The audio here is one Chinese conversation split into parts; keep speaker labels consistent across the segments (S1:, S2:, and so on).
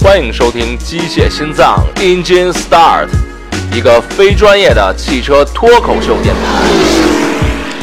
S1: 欢迎收听《机械心脏 Engine Start》，一个非专业的汽车脱口秀电台。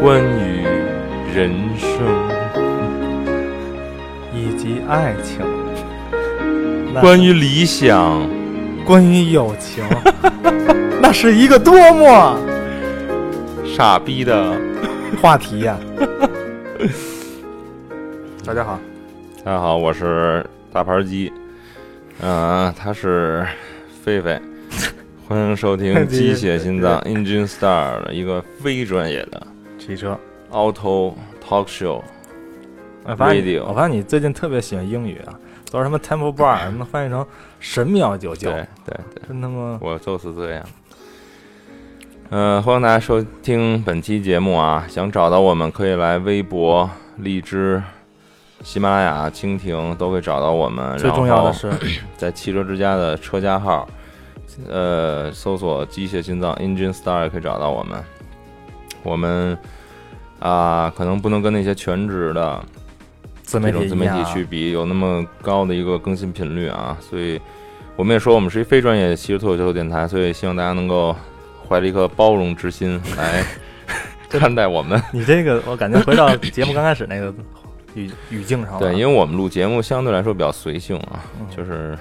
S2: 关于人生，
S3: 以及爱情，那
S2: 关于理想，
S3: 关于友情， 那是一个多么
S2: 傻逼的
S3: 话题呀、 大家好，
S2: 大家好，我是大盘鸡，嗯、他是菲 菲，欢迎收听《机械心脏 Engine Star》一个非专业的
S3: 汽车。
S2: Auto Talk Show。
S3: 我发现你
S2: Radio
S3: 我发现你最近特别喜欢英语啊，都是什么 Temple Bar，什么翻译成神庙九九，
S2: 对对对，
S3: 真他 妈
S2: 我就是这样。呃，欢迎大家收听本期节目啊！想找到我们，可以来微博、荔枝、喜马拉雅、蜻蜓都可以找到我们。
S3: 最
S2: 然
S3: 重要
S2: 后
S3: 的是，
S2: 在汽车之家的车架号，呃，搜索“机械心脏 Engine Star” 也可以找到我们。我们啊、可能不能跟那些全职的
S3: 自媒
S2: 这种
S3: 体
S2: 自媒
S3: 一样
S2: 体
S3: 啊
S2: 去比有那么高的一个更新频率啊，所以我们也说我们是一非专业的汽车脱口秀电台，所以希望大家能够怀着一颗包容之心 来 看待我们。
S3: 你这个我感觉回到节目刚开始那个语 语境上了，
S2: 对，因为我们录节目相对来说比较随性啊，
S3: 嗯
S2: 就是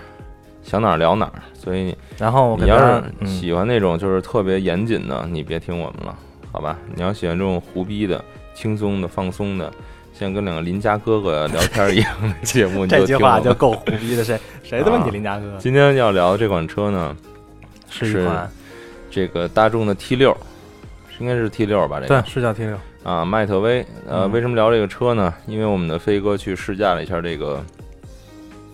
S2: 想哪儿聊哪儿，所以
S3: 然后我给
S2: 你
S3: 大
S2: 要
S3: 家
S2: 是
S3: 嗯
S2: 喜欢那种就是特别严谨的，你别听我们了，好吧？你要喜欢这种胡逼的、轻松的、放松的，像跟两个邻家哥哥聊天一样的节目，你
S3: 这
S2: 就
S3: 句
S2: 听
S3: 话
S2: 我
S3: 就
S2: 们。
S3: 够胡逼的，谁谁他妈
S2: 啊
S3: 你邻家哥
S2: 今天要聊的这款车呢，
S3: 一款
S2: 这个大众的 T 六，应该是 T 六吧？这
S3: 对
S2: 个
S3: 是叫 T 六，
S2: 啊，迈特威。呃，
S3: 嗯
S2: 为什么聊这个车呢？因为我们的飞哥去试驾了一下这个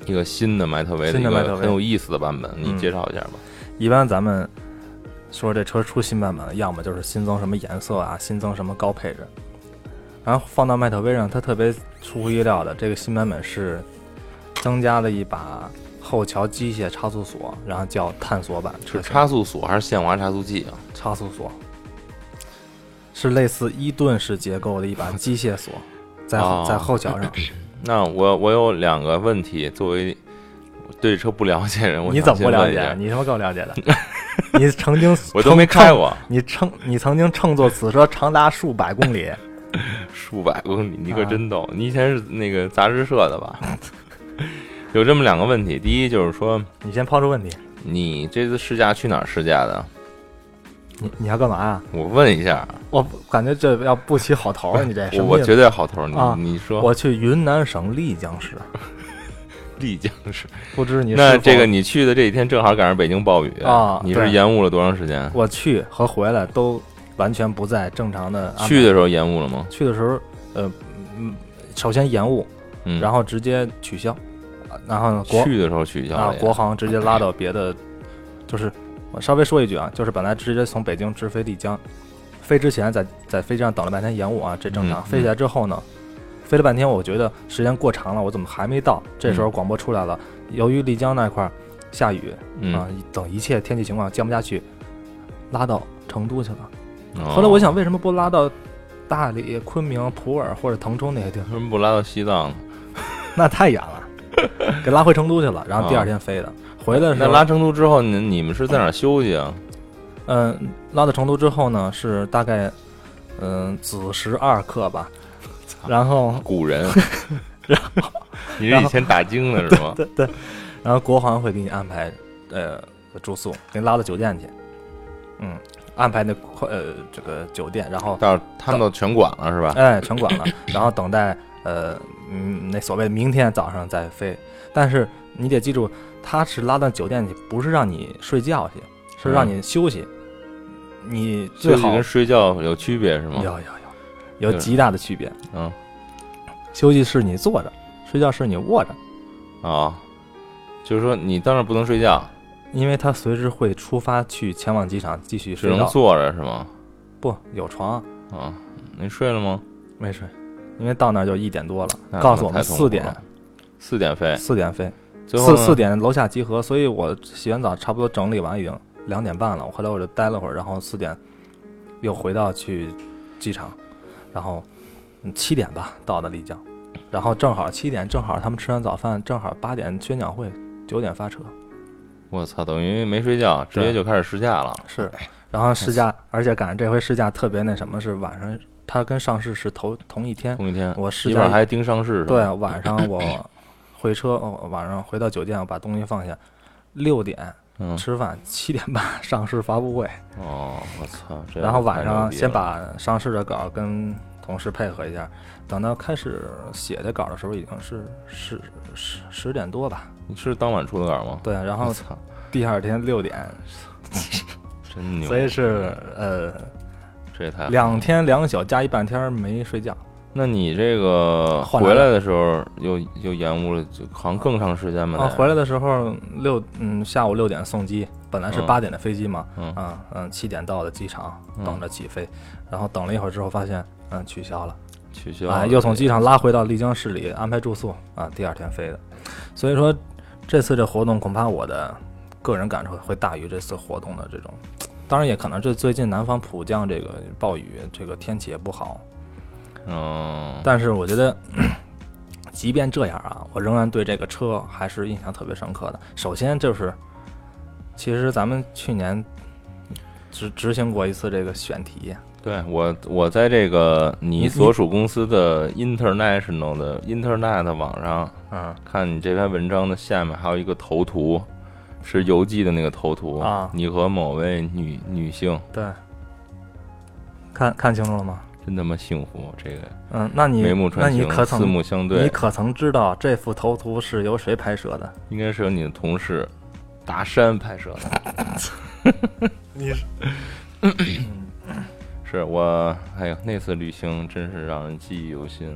S2: 一个新的迈特威的
S3: 新
S2: 一
S3: 的迈特
S2: 个
S3: 威
S2: 很有意思的版本，你
S3: 嗯
S2: 介绍一下吧。
S3: 一般咱们说这车出新版本了，要么就是新增什么颜色啊，新增什么高配置。然后放到迈特威上，它特别出乎意料的，这个新版本是增加了一把后桥机械差速锁，然后叫探索版，
S2: 是差速锁还是限滑差速器啊？
S3: 差速锁，是类似伊顿式结构的一把机械锁，在后、
S2: 哦
S3: 在后桥上。
S2: 那我我有两个问题，作为对车不了解 人，我
S3: 你
S2: 想
S3: 怎么不
S2: 先
S3: 了
S2: 问一
S3: 解
S2: 下？？
S3: 你他妈够 了解的。你曾经
S2: 我都没开过，
S3: 你乘你曾经乘坐此车长达数百公里，
S2: 数百公里，你可
S3: 啊
S2: 真逗！你以前是那个杂志社的 吧？有这么两个问题，第一就是说，
S3: 你先抛出问题，
S2: 你这次试驾去哪儿试驾的？
S3: 你你要干嘛呀、啊
S2: 我问一下，
S3: 我感觉这要不起好头儿，你哎这
S2: 我
S3: 什么
S2: 我
S3: 意思
S2: 绝对好头儿，你、
S3: 啊
S2: 你说
S3: 我去云南省丽江市，
S2: 丽江市，
S3: 不知你
S2: 那
S3: 是否
S2: 这个你去的这几天正好赶上北京暴雨
S3: 啊
S2: 你是
S3: 对
S2: 延误了多长时间？
S3: 我去和回来都完全不在正常的安排
S2: 去的时候延误了吗？
S3: 去的时候，呃，嗯，首先延误，
S2: 嗯，
S3: 然后直接取消，啊然后呢国
S2: 去的时候取消
S3: 啊
S2: 了呀，
S3: 国航直接拉到别的，就是我稍微说一句啊，就是本来直接从北京直飞丽江，飞之前在在飞机上等了半天延误啊，这正常。
S2: 嗯
S3: 飞起来之后呢，飞了半天，我觉得时间过长了，我怎么还没到？这时候广播出来了，由于丽江那块儿下雨
S2: 嗯，
S3: 啊，等一切天气情况降不下去，拉到成都去了。
S2: 哦
S3: 后来我想，为什么不拉到大理、昆明、普洱或者腾冲那些地儿？
S2: 为什么不拉到西藏呢？
S3: 那太远 了，给拉回成都去了。然后第二天飞的，回来的时
S2: 哦那
S3: 候
S2: 拉成都之后，你你们是在哪儿休息啊？
S3: 嗯，拉到成都之后呢，是大概嗯子时二刻吧，然后
S2: 古 人，你是以前打经的是吗？
S3: 对对，然后国航会给你安排呃住宿，给你拉到酒店去，嗯，安排那快呃这个酒店，然后
S2: 到他们都全管了是吧？
S3: 哎全管了，然后等待呃嗯那所谓明天早上再飞，但是你得记住，他是拉到酒店去，不是让你睡觉去，是让你休息，你最
S2: 休息
S3: 好
S2: 跟睡觉有区别是吗
S3: 有？有有有极大的区别。
S2: 嗯，
S3: 休息室你坐着，睡觉时你卧着，
S2: 啊，就是说你当然不能睡觉，
S3: 因为它随时会出发去前往机场继续
S2: 只
S3: 睡
S2: 能
S3: 觉。
S2: 坐着是吗？
S3: 不，有床啊
S2: 啊，您睡了吗？
S3: 没睡，因为到那儿就一点多
S2: 那
S3: 了，告诉我
S2: 太
S3: 们
S2: 痛
S3: 四
S2: 苦
S3: 点
S2: 了，哎四点飞，
S3: 四点飞，
S2: 最后
S3: 四
S2: 呢
S3: 四点楼下集合，所以我洗完澡差不多整理完已经两点半了，我回来我就待了会儿，然后四点又回到去机场，然后嗯七点吧到的丽江，然后正好七点正好他们吃完早饭，正好八点宣讲会，九点发车
S2: 我操，等于没睡觉，直接
S3: 对
S2: 就开始试驾了。
S3: 是，然后试驾，而且赶上这回试驾特别那什么，是晚上它跟上市是头同一天，
S2: 同一天，
S3: 哎我试
S2: 一会儿
S3: 驾
S2: 还盯上市是吧？
S3: 对，晚上我回车，哦晚上回到酒店，我把东西放下，六点
S2: 嗯，
S3: 吃饭， 七点半上市发布会，
S2: 哦，我操，这
S3: 然后晚
S2: 太牛
S3: 上
S2: 逼
S3: 先
S2: 了
S3: 把上市的稿跟同事配合一下，等到开始写这稿的时候已经是十十十点多吧，
S2: 你是当晚出的稿吗？
S3: 对，然
S2: 我
S3: 后
S2: 操，
S3: 第二天六点，
S2: 真牛！啊
S3: 所以是呃
S2: 这也太
S3: 两天两宿加一半天没睡觉，
S2: 那你这个
S3: 换来
S2: 回来的时候又又延误了，就好像更长时间吧？
S3: 啊，
S2: 得
S3: 回来的时候六嗯下午六点送机，本来是
S2: 嗯
S3: 八点的飞机嘛，
S2: 嗯
S3: 嗯嗯七点到的机场
S2: 嗯
S3: 等着起飞，然后等了一会儿之后发现嗯取消了，
S2: 取消
S3: 啊
S2: 了
S3: 又从机场拉回到丽江市里安排住宿啊，第二天飞的，所以说这次这活动恐怕我的个人感受会大于这次活动的这种，当然也可能这最近南方普降这个暴雨，这个天气也不好，
S2: 嗯，
S3: 但是我觉得， 即便这样啊，我仍然对这个车还是印象特别深刻的。首先就是，其实咱们去年执执行过一次这个选题，
S2: 对我我在这个你
S3: 你
S2: 所属公司的 international 的 internet 网上
S3: 嗯，
S2: 看你这篇文章的下面还有一个头图，是游记的那个头图
S3: 啊
S2: 你和某位女女性
S3: 对，看看清楚了吗？
S2: 真他妈幸福，这个
S3: 嗯，那你
S2: 眉目
S3: 那
S2: 传
S3: 你
S2: 情，
S3: 可
S2: 四
S3: 曾
S2: 目相
S3: 你
S2: 对，
S3: 可曾知道这幅头图是由谁拍摄的？
S2: 应该是由你的同事达山拍摄的。
S3: 你
S2: 是我，哎呀，那次旅行真是让人记忆犹新。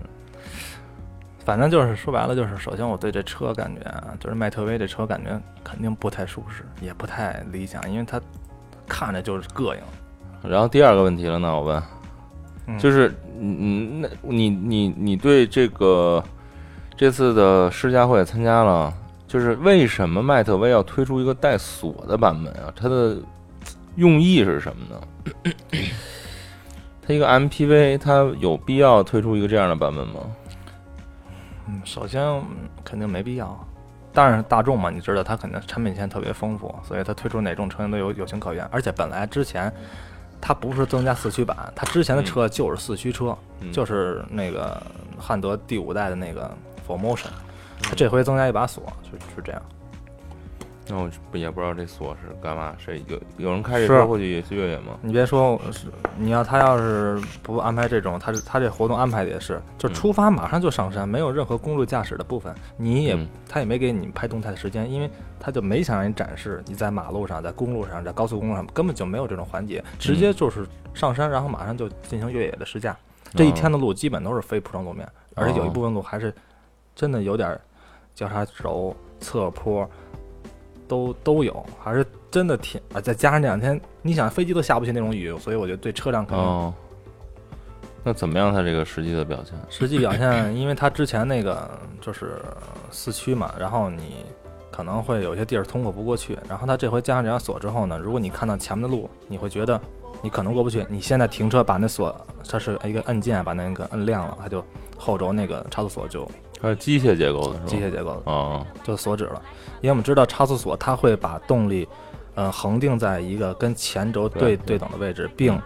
S3: 反正就是说白了，就是首先我对这车感觉啊，就是迈特威这车感觉肯定不太舒适，也不太理想，因为它看着就是膈应。
S2: 然后第二个问题了呢，我问，
S3: 嗯
S2: 就是嗯，那你你你对这个这次的试驾会参加了，就是为什么迈特威要推出一个带锁的版本啊？它的用意是什么呢？ 它一个 MPV，它有必要推出一个这样的版本吗？
S3: 嗯，首先嗯肯定没必要，但是大众嘛，你知道它肯定产品线特别丰富，所以它推出哪种车型都有有情可原。而且本来之前它不是增加四驱版，它之前的车就是四驱车，
S2: 嗯
S3: 就是那个汉德第五代的那个 Formotion，它
S2: 嗯
S3: 这回增加一把锁，就是这样。
S2: 那我不也不知道这锁是干嘛，谁有有人开这
S3: 是
S2: 车会去也是越野吗？
S3: 你别说，是你要他要是不安排这种，他他这活动安排的也是，就
S2: 嗯
S3: 出发马上就上山，没有任何公路驾驶的部分，你也、
S2: 嗯
S3: 他也没给你拍动态的时间，因为他就没想让你展示你在马路上、在公路上、在高速公路上根本就没有这种环节，直
S2: 嗯
S3: 接就是上山，然后马上就进行越野的试驾。这
S2: 嗯
S3: 一
S2: 哦
S3: 天的路基本都是非普通路面，而且有一部分路还是真的有点儿交叉轴、侧坡，都都有，还是真的挺啊！再加上这两天，你想飞机都下不去那种雨，所以我觉得对车辆可能
S2: 哦，那怎么样？它这个实际的表现？
S3: 实际表现，因为它之前那个就是四驱嘛，然后你可能会有些地儿通过不过去，然后它这回加上这张锁之后呢，如果你看到前面的路，你会觉得你可能过不去，你现在停车把那锁，它是一个按键，把那个摁亮了，它就后轴那个差速锁就
S2: 它是机械结构的是吧？
S3: 机械结构
S2: 哦，
S3: 就锁止了，因为我们知道差速锁它会把动力，呃，恒定在一个跟前轴对
S2: 对
S3: 对等的位置，并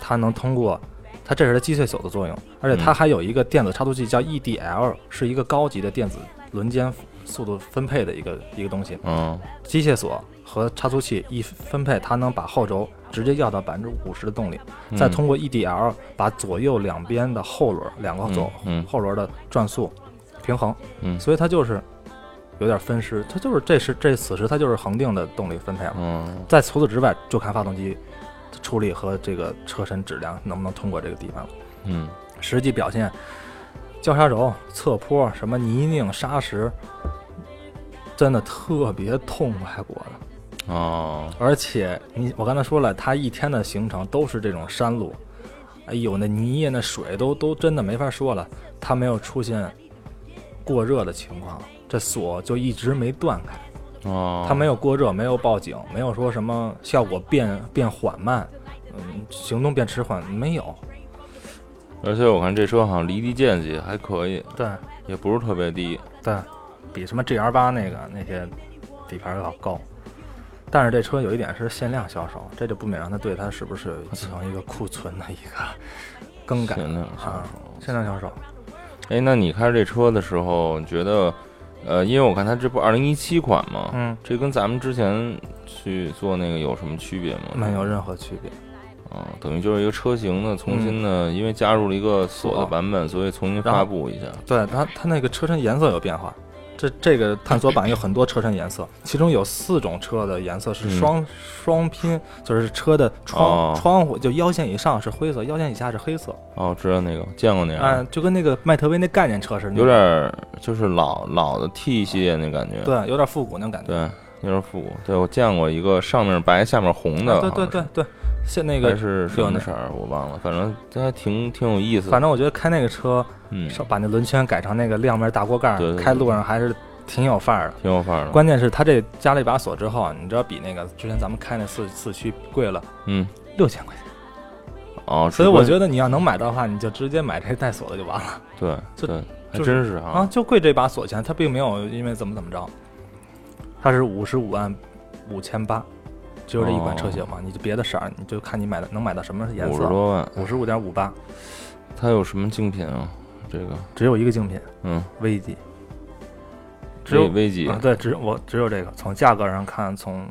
S3: 它能通过，它这是它机械锁的作用，而且它
S2: 嗯
S3: 还有一个电子差速器叫 EDL，是一个高级的电子轮间速度分配的一个一个东西。
S2: 嗯，
S3: 机械锁和差速器一分配，它能把后轴直接要到百分之五十的动力，
S2: 嗯
S3: 再通过 EDL 把左右两边的后轮两个左
S2: 嗯嗯
S3: 后轮的转速平衡，
S2: 嗯
S3: 所以它就是有点分尸，它就是这是这此时它就是恒定的动力分配了。
S2: 嗯，
S3: 在除此之外，就看发动机出力和这个车身质量能不能通过这个地方了。
S2: 嗯
S3: 实际表现交叉轴、侧坡、什么泥泞、沙石，真的特别痛快过的。嗯
S2: 哦，
S3: 而且你我刚才说了，他一天的行程都是这种山路，哎呦，那泥呀，那水都都真的没法说了，他没有出现过热的情况，这锁就一直没断开，
S2: 哦，
S3: 他没有过热，没有报警，没有说什么效果变变缓慢，嗯，行动变迟缓，没有。
S2: 而且我看这车好像离地间隙还可以，
S3: 对
S2: 也不是特别低。
S3: 对，比什么 GR 八那个那些底盘要高。但是这车有一点是限量销售，这就不免让他对它是不是有进行一个库存的一个更改。
S2: 限量销售
S3: 啊，限量销售。
S2: 哎，那你开这车的时候，你觉得，呃，因为我看它这不二零一七款嘛，
S3: 嗯，
S2: 这跟咱们之前去做那个有什么区别吗？
S3: 没有任何区别。
S2: 啊，等于就是一个车型的重新的，
S3: 嗯
S2: 因为加入了一个锁的版本，所以重新发布一下。
S3: 对它，它那个车身颜色有变化。这这个探索版有很多车身颜色，其中有四种车的颜色是双、双拼，就是车的窗、
S2: 嗯哦
S3: 窗户就腰线以上是灰色，腰线以下是黑色。
S2: 哦，知道那个，见过那
S3: 啊、
S2: 个，
S3: 就跟那个迈特威那概念车似的，
S2: 有点儿就是老老的 T 系列那感觉。
S3: 对，有点复古那种感觉。
S2: 对，有点复古。对我见过一个上面白下面红的，
S3: 啊对对对对，现那
S2: 那个
S3: 个，
S2: 是什么色儿我忘了，反正它还挺挺有意思的。
S3: 反正我觉得开那个车，
S2: 嗯，
S3: 稍把那轮圈改成那个亮面大锅盖儿，
S2: 对对对
S3: 开路上还是挺有范儿的。
S2: 挺有范儿的。
S3: 关键是它这加了一把锁之后，啊你知道比那个之前咱们开那四四驱贵了
S2: 嗯，
S3: 六千块钱，
S2: 哦，
S3: 所以我觉
S2: 得
S3: 得你要能买到的话，你就直接买这带锁的就完了
S2: 对
S3: 就
S2: 对，还
S3: 就是
S2: 真是
S3: 啊，
S2: 哈。
S3: 就贵这把锁钱，它并没有因为怎么怎么着，它是五十五万五千八，只有这一款车型嘛，你就别的色儿，你就看你买的能买到什么颜
S2: 哦五十
S3: 色，
S2: 多万，
S3: 五十五点五八，
S2: 它有什么竞品啊？这个，
S3: 只有一个竞品
S2: 嗯，
S3: V 级，只有
S2: 危危机
S3: 啊，对，只有我只有这个，从价格上看，从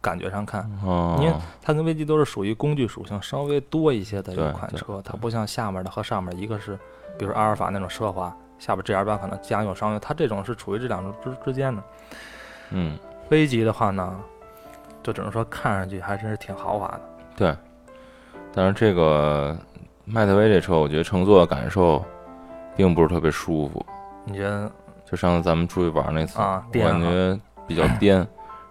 S3: 感觉上看，
S2: 哦，
S3: 你它跟 V 级都是属于工具属性稍微多一些
S2: 对
S3: 的一款
S2: 对
S3: 车，它不像下面的和上面的一个是，比如阿尔法那种奢华，下边 GR 八可能家用商用，它这种是处于这两种之之间的。
S2: 嗯，
S3: V 级的话呢，就只能说看上去还真是挺豪华的，
S2: 对。但是这个迈特威这车，我觉得乘坐的感受并不是特别舒服。
S3: 你觉得
S2: 就上次咱们出去玩那次，
S3: 啊？
S2: 我
S3: 颠
S2: 感
S3: 啊，
S2: 觉比较 颠，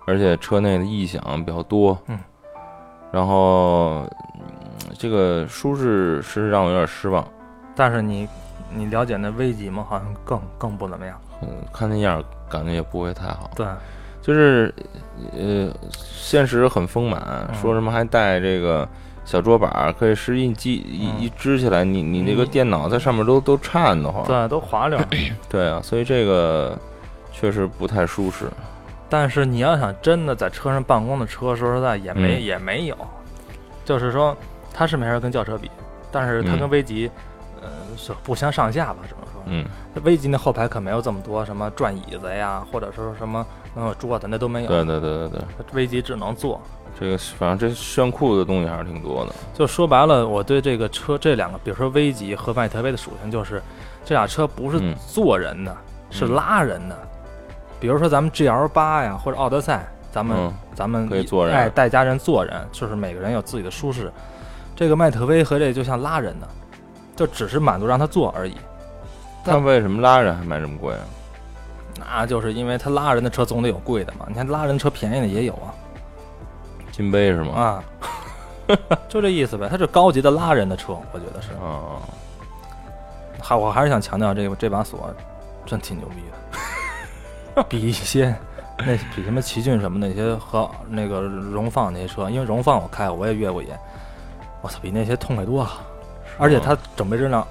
S2: 而且车内的异响比较多。
S3: 嗯，
S2: 然后嗯这个舒适是让我有点失望。
S3: 但是你你了解那 V 级吗？好像更更不怎么样。
S2: 嗯，看那样儿感觉也不会太好。
S3: 对，
S2: 就是呃，现实很丰满，
S3: 嗯
S2: 说什么还带这个。小桌板儿可以实际机
S3: 嗯
S2: 一一支起来，你你那个
S3: 你
S2: 电脑在上面都都颤得慌。
S3: 对，都滑溜儿。
S2: 对啊，所以这个确实不太舒适。
S3: 但是你要想真的在车上办公的车，说实在也没、
S2: 嗯
S3: 也没有，就是说它是没法跟轿车比，但是它
S2: 嗯
S3: 跟威吉，呃，是不相上下吧，只能说。
S2: 嗯，
S3: 威吉那后排可没有这么多什么转椅子呀，或者说什么能有桌子那都没有，
S2: 对对对对对，
S3: 威吉只能坐。
S2: 这个反正这炫酷的东西还是挺多的。
S3: 就说白了，我对这个车这两个，比如说威吉和迈特威的属性就是，这俩车不是
S2: 嗯
S3: 坐人的，是拉人的。比如说咱们 GL 八呀，或者奥德赛，咱们、
S2: 嗯
S3: 咱们
S2: 可以坐人
S3: 哎，带家人坐人，就是每个人有自己的舒适。这个迈特威和这就像拉人的，就只是满足让他坐而已。
S2: 他为什么拉人还卖这么贵啊？
S3: 那就是因为他拉人的车总得有贵的嘛，你看拉人车便宜的也有啊
S2: 金杯是吗？
S3: 啊， 就这意思呗。它是高级的拉人的车，我觉得是。
S2: 啊，
S3: 还我还是想强调这个这把锁真挺牛逼的，比一些那比什么奇骏什么那些和那个荣放那些车，因为荣放我开我也越过瘾，我操，比那些痛快多了。而且它整备质量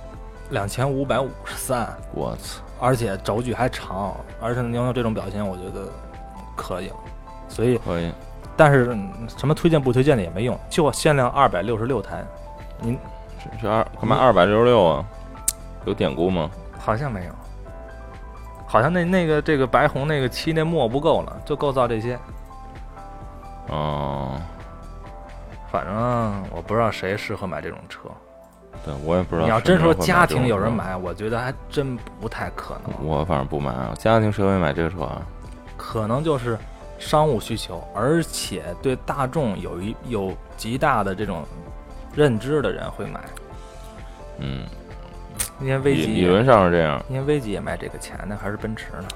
S3: 两千五百五十三，
S2: 我操，
S3: 而且轴距还长，而且能有这种表现，我觉得可以了。所以，
S2: 可以，
S3: 但是嗯什么推荐不推荐的也没用，就限量二百六十六台，您
S2: 这这二干嘛二百六十六啊？有典故吗？
S3: 好像没有，好像那那个这个白红那个漆那墨不够了，就构造这些。
S2: 哦，
S3: 反正我不知道谁适合买这种车。
S2: 对我也不知道。
S3: 你要真说家庭有人，买，我觉得还真不太可能，
S2: 我反正不买啊。家庭谁会买这个车啊？
S3: 可能就是商务需求，而且对大众有一有极大的这种认知的人会买。
S2: 嗯，
S3: 那天
S2: 理
S3: V 级
S2: 理
S3: 也，
S2: 论上是这样。
S3: 那天 V 级也卖这个钱，那还是奔驰呢。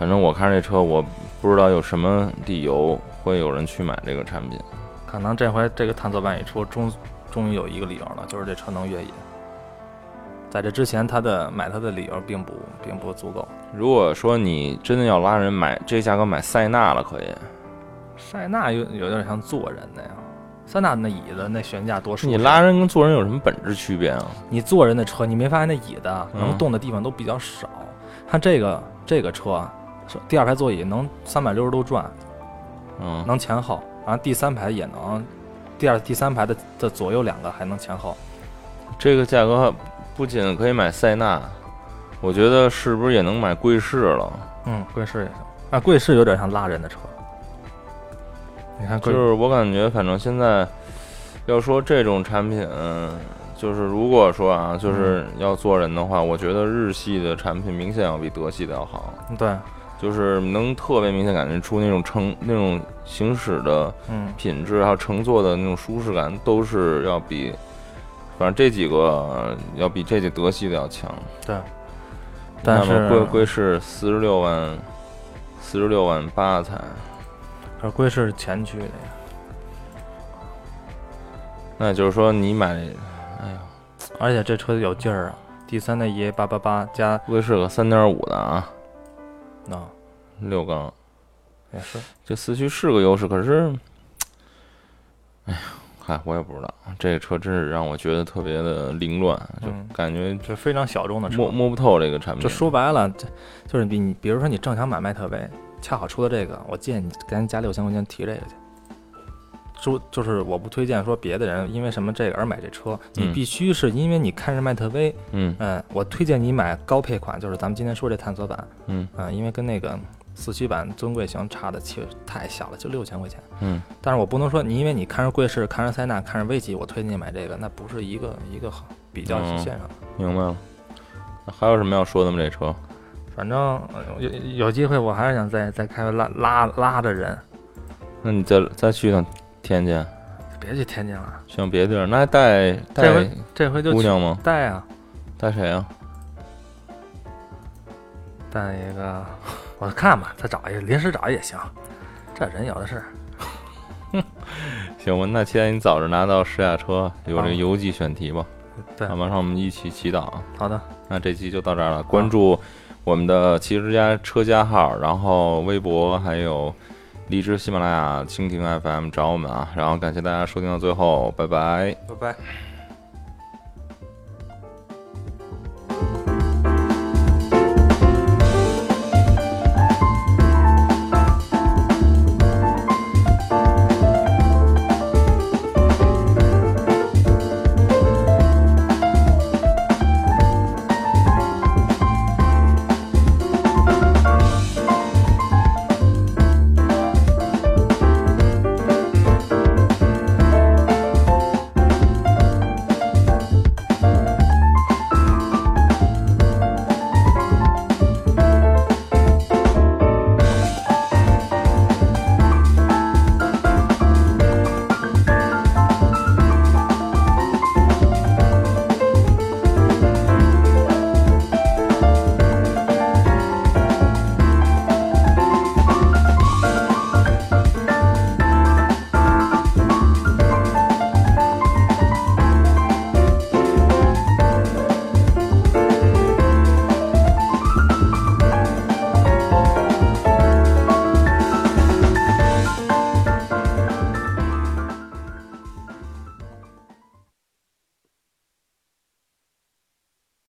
S2: 反正我看这车，我不知道有什么理由会有人去买这个产品。
S3: 可能这回这个探测版一出，终终于有一个理由了，就是这车能越野。在这之前，他的买它的理由并不并不足够。
S2: 如果说你真的要拉人买这价格买塞纳了，可以。
S3: 塞纳有有点像坐人那样，塞纳那椅子那悬架多舒服。
S2: 你拉人跟坐人有什么本质区别啊？
S3: 你坐人的车，你没发现那椅子啊
S2: 嗯
S3: 能动的地方都比较少。它这个这个车啊，是第二排座椅能三百六十度转，
S2: 嗯，
S3: 能前后，然后第三排也能，第二第三排的的左右两个还能前后。
S2: 这个价格不仅可以买塞纳，我觉得是不是也能买贵士了？
S3: 嗯，贵士也行啊，贵士有点像拉人的车。你看
S2: 就
S3: 贵，
S2: 是我感觉，反正现在要说这种产品，就是如果说啊，就是要做人的话，我觉得日系的产品明显要比德系的要好，
S3: 对，
S2: 就是能特别明显感觉出那种乘那种行驶的
S3: 嗯，
S2: 品质，还有乘坐的那种舒适感，都是要比，反正这几个呃要比这些德系的要强。
S3: 但
S2: 那
S3: 是
S2: 么贵贵是四十六万，四十六万八才。
S3: 可是贵士前驱的呀，
S2: 那也就是说，你买
S3: 而且这车有劲儿啊。第三代 EA 八八八加
S2: 贵是个三点五的啊，
S3: 啊，
S2: 六缸，
S3: 也是
S2: 这四驱是个优势，可是，哎呀，嗨，我也不知道，这个车真是让我觉得特别的凌乱，就
S3: 嗯
S2: 感觉
S3: 这非常小众的车。
S2: 摸摸不透这个产品。
S3: 这说白了，这就是比你，比如说你正想买迈特威，恰好出了这个，我建议你赶紧加六千块钱提这个去。说就是我不推荐说别的人因为什么这个而买这车，
S2: 嗯
S3: 你必须是因为你看上迈特威，
S2: 嗯
S3: 嗯，我推荐你买高配款，就是咱们今天说这探索版，
S2: 嗯
S3: 嗯，因为跟那个四驱版尊贵型差的其实太小了，就六千块钱。
S2: 嗯，
S3: 但是我不能说你因为你看上贵士、看上塞纳、看上 V 级，我推荐你买这个，那不是一个一个好比较
S2: 嗯
S3: 线上的。
S2: 明白了。那还有什么要说的吗？这车
S3: 反正呃有有机会，我还是想再再开个拉拉拉着人，
S2: 那你再再去趟天津，
S3: 别去天津了，
S2: 像别地儿，那还带
S3: 这
S2: 带
S3: 回这回就
S2: 姑
S3: 去
S2: 娘吗？
S3: 带啊，
S2: 带谁啊？
S3: 带一个， 我看吧，再找一个临时找一也行，这人有的是。
S2: 行吧，那期待你早日拿到试驾车，有这
S3: 好
S2: 个邮寄选题吧。
S3: 对
S2: 那，马上我们一起祈祷啊。
S3: 好的，
S2: 那这期就到这儿了，关注我们的汽车之家车家号，然后微博还有荔枝、喜马拉雅、蜻蜓 FM 找我们啊。然后感谢大家收听到最后，拜拜。
S3: 拜拜。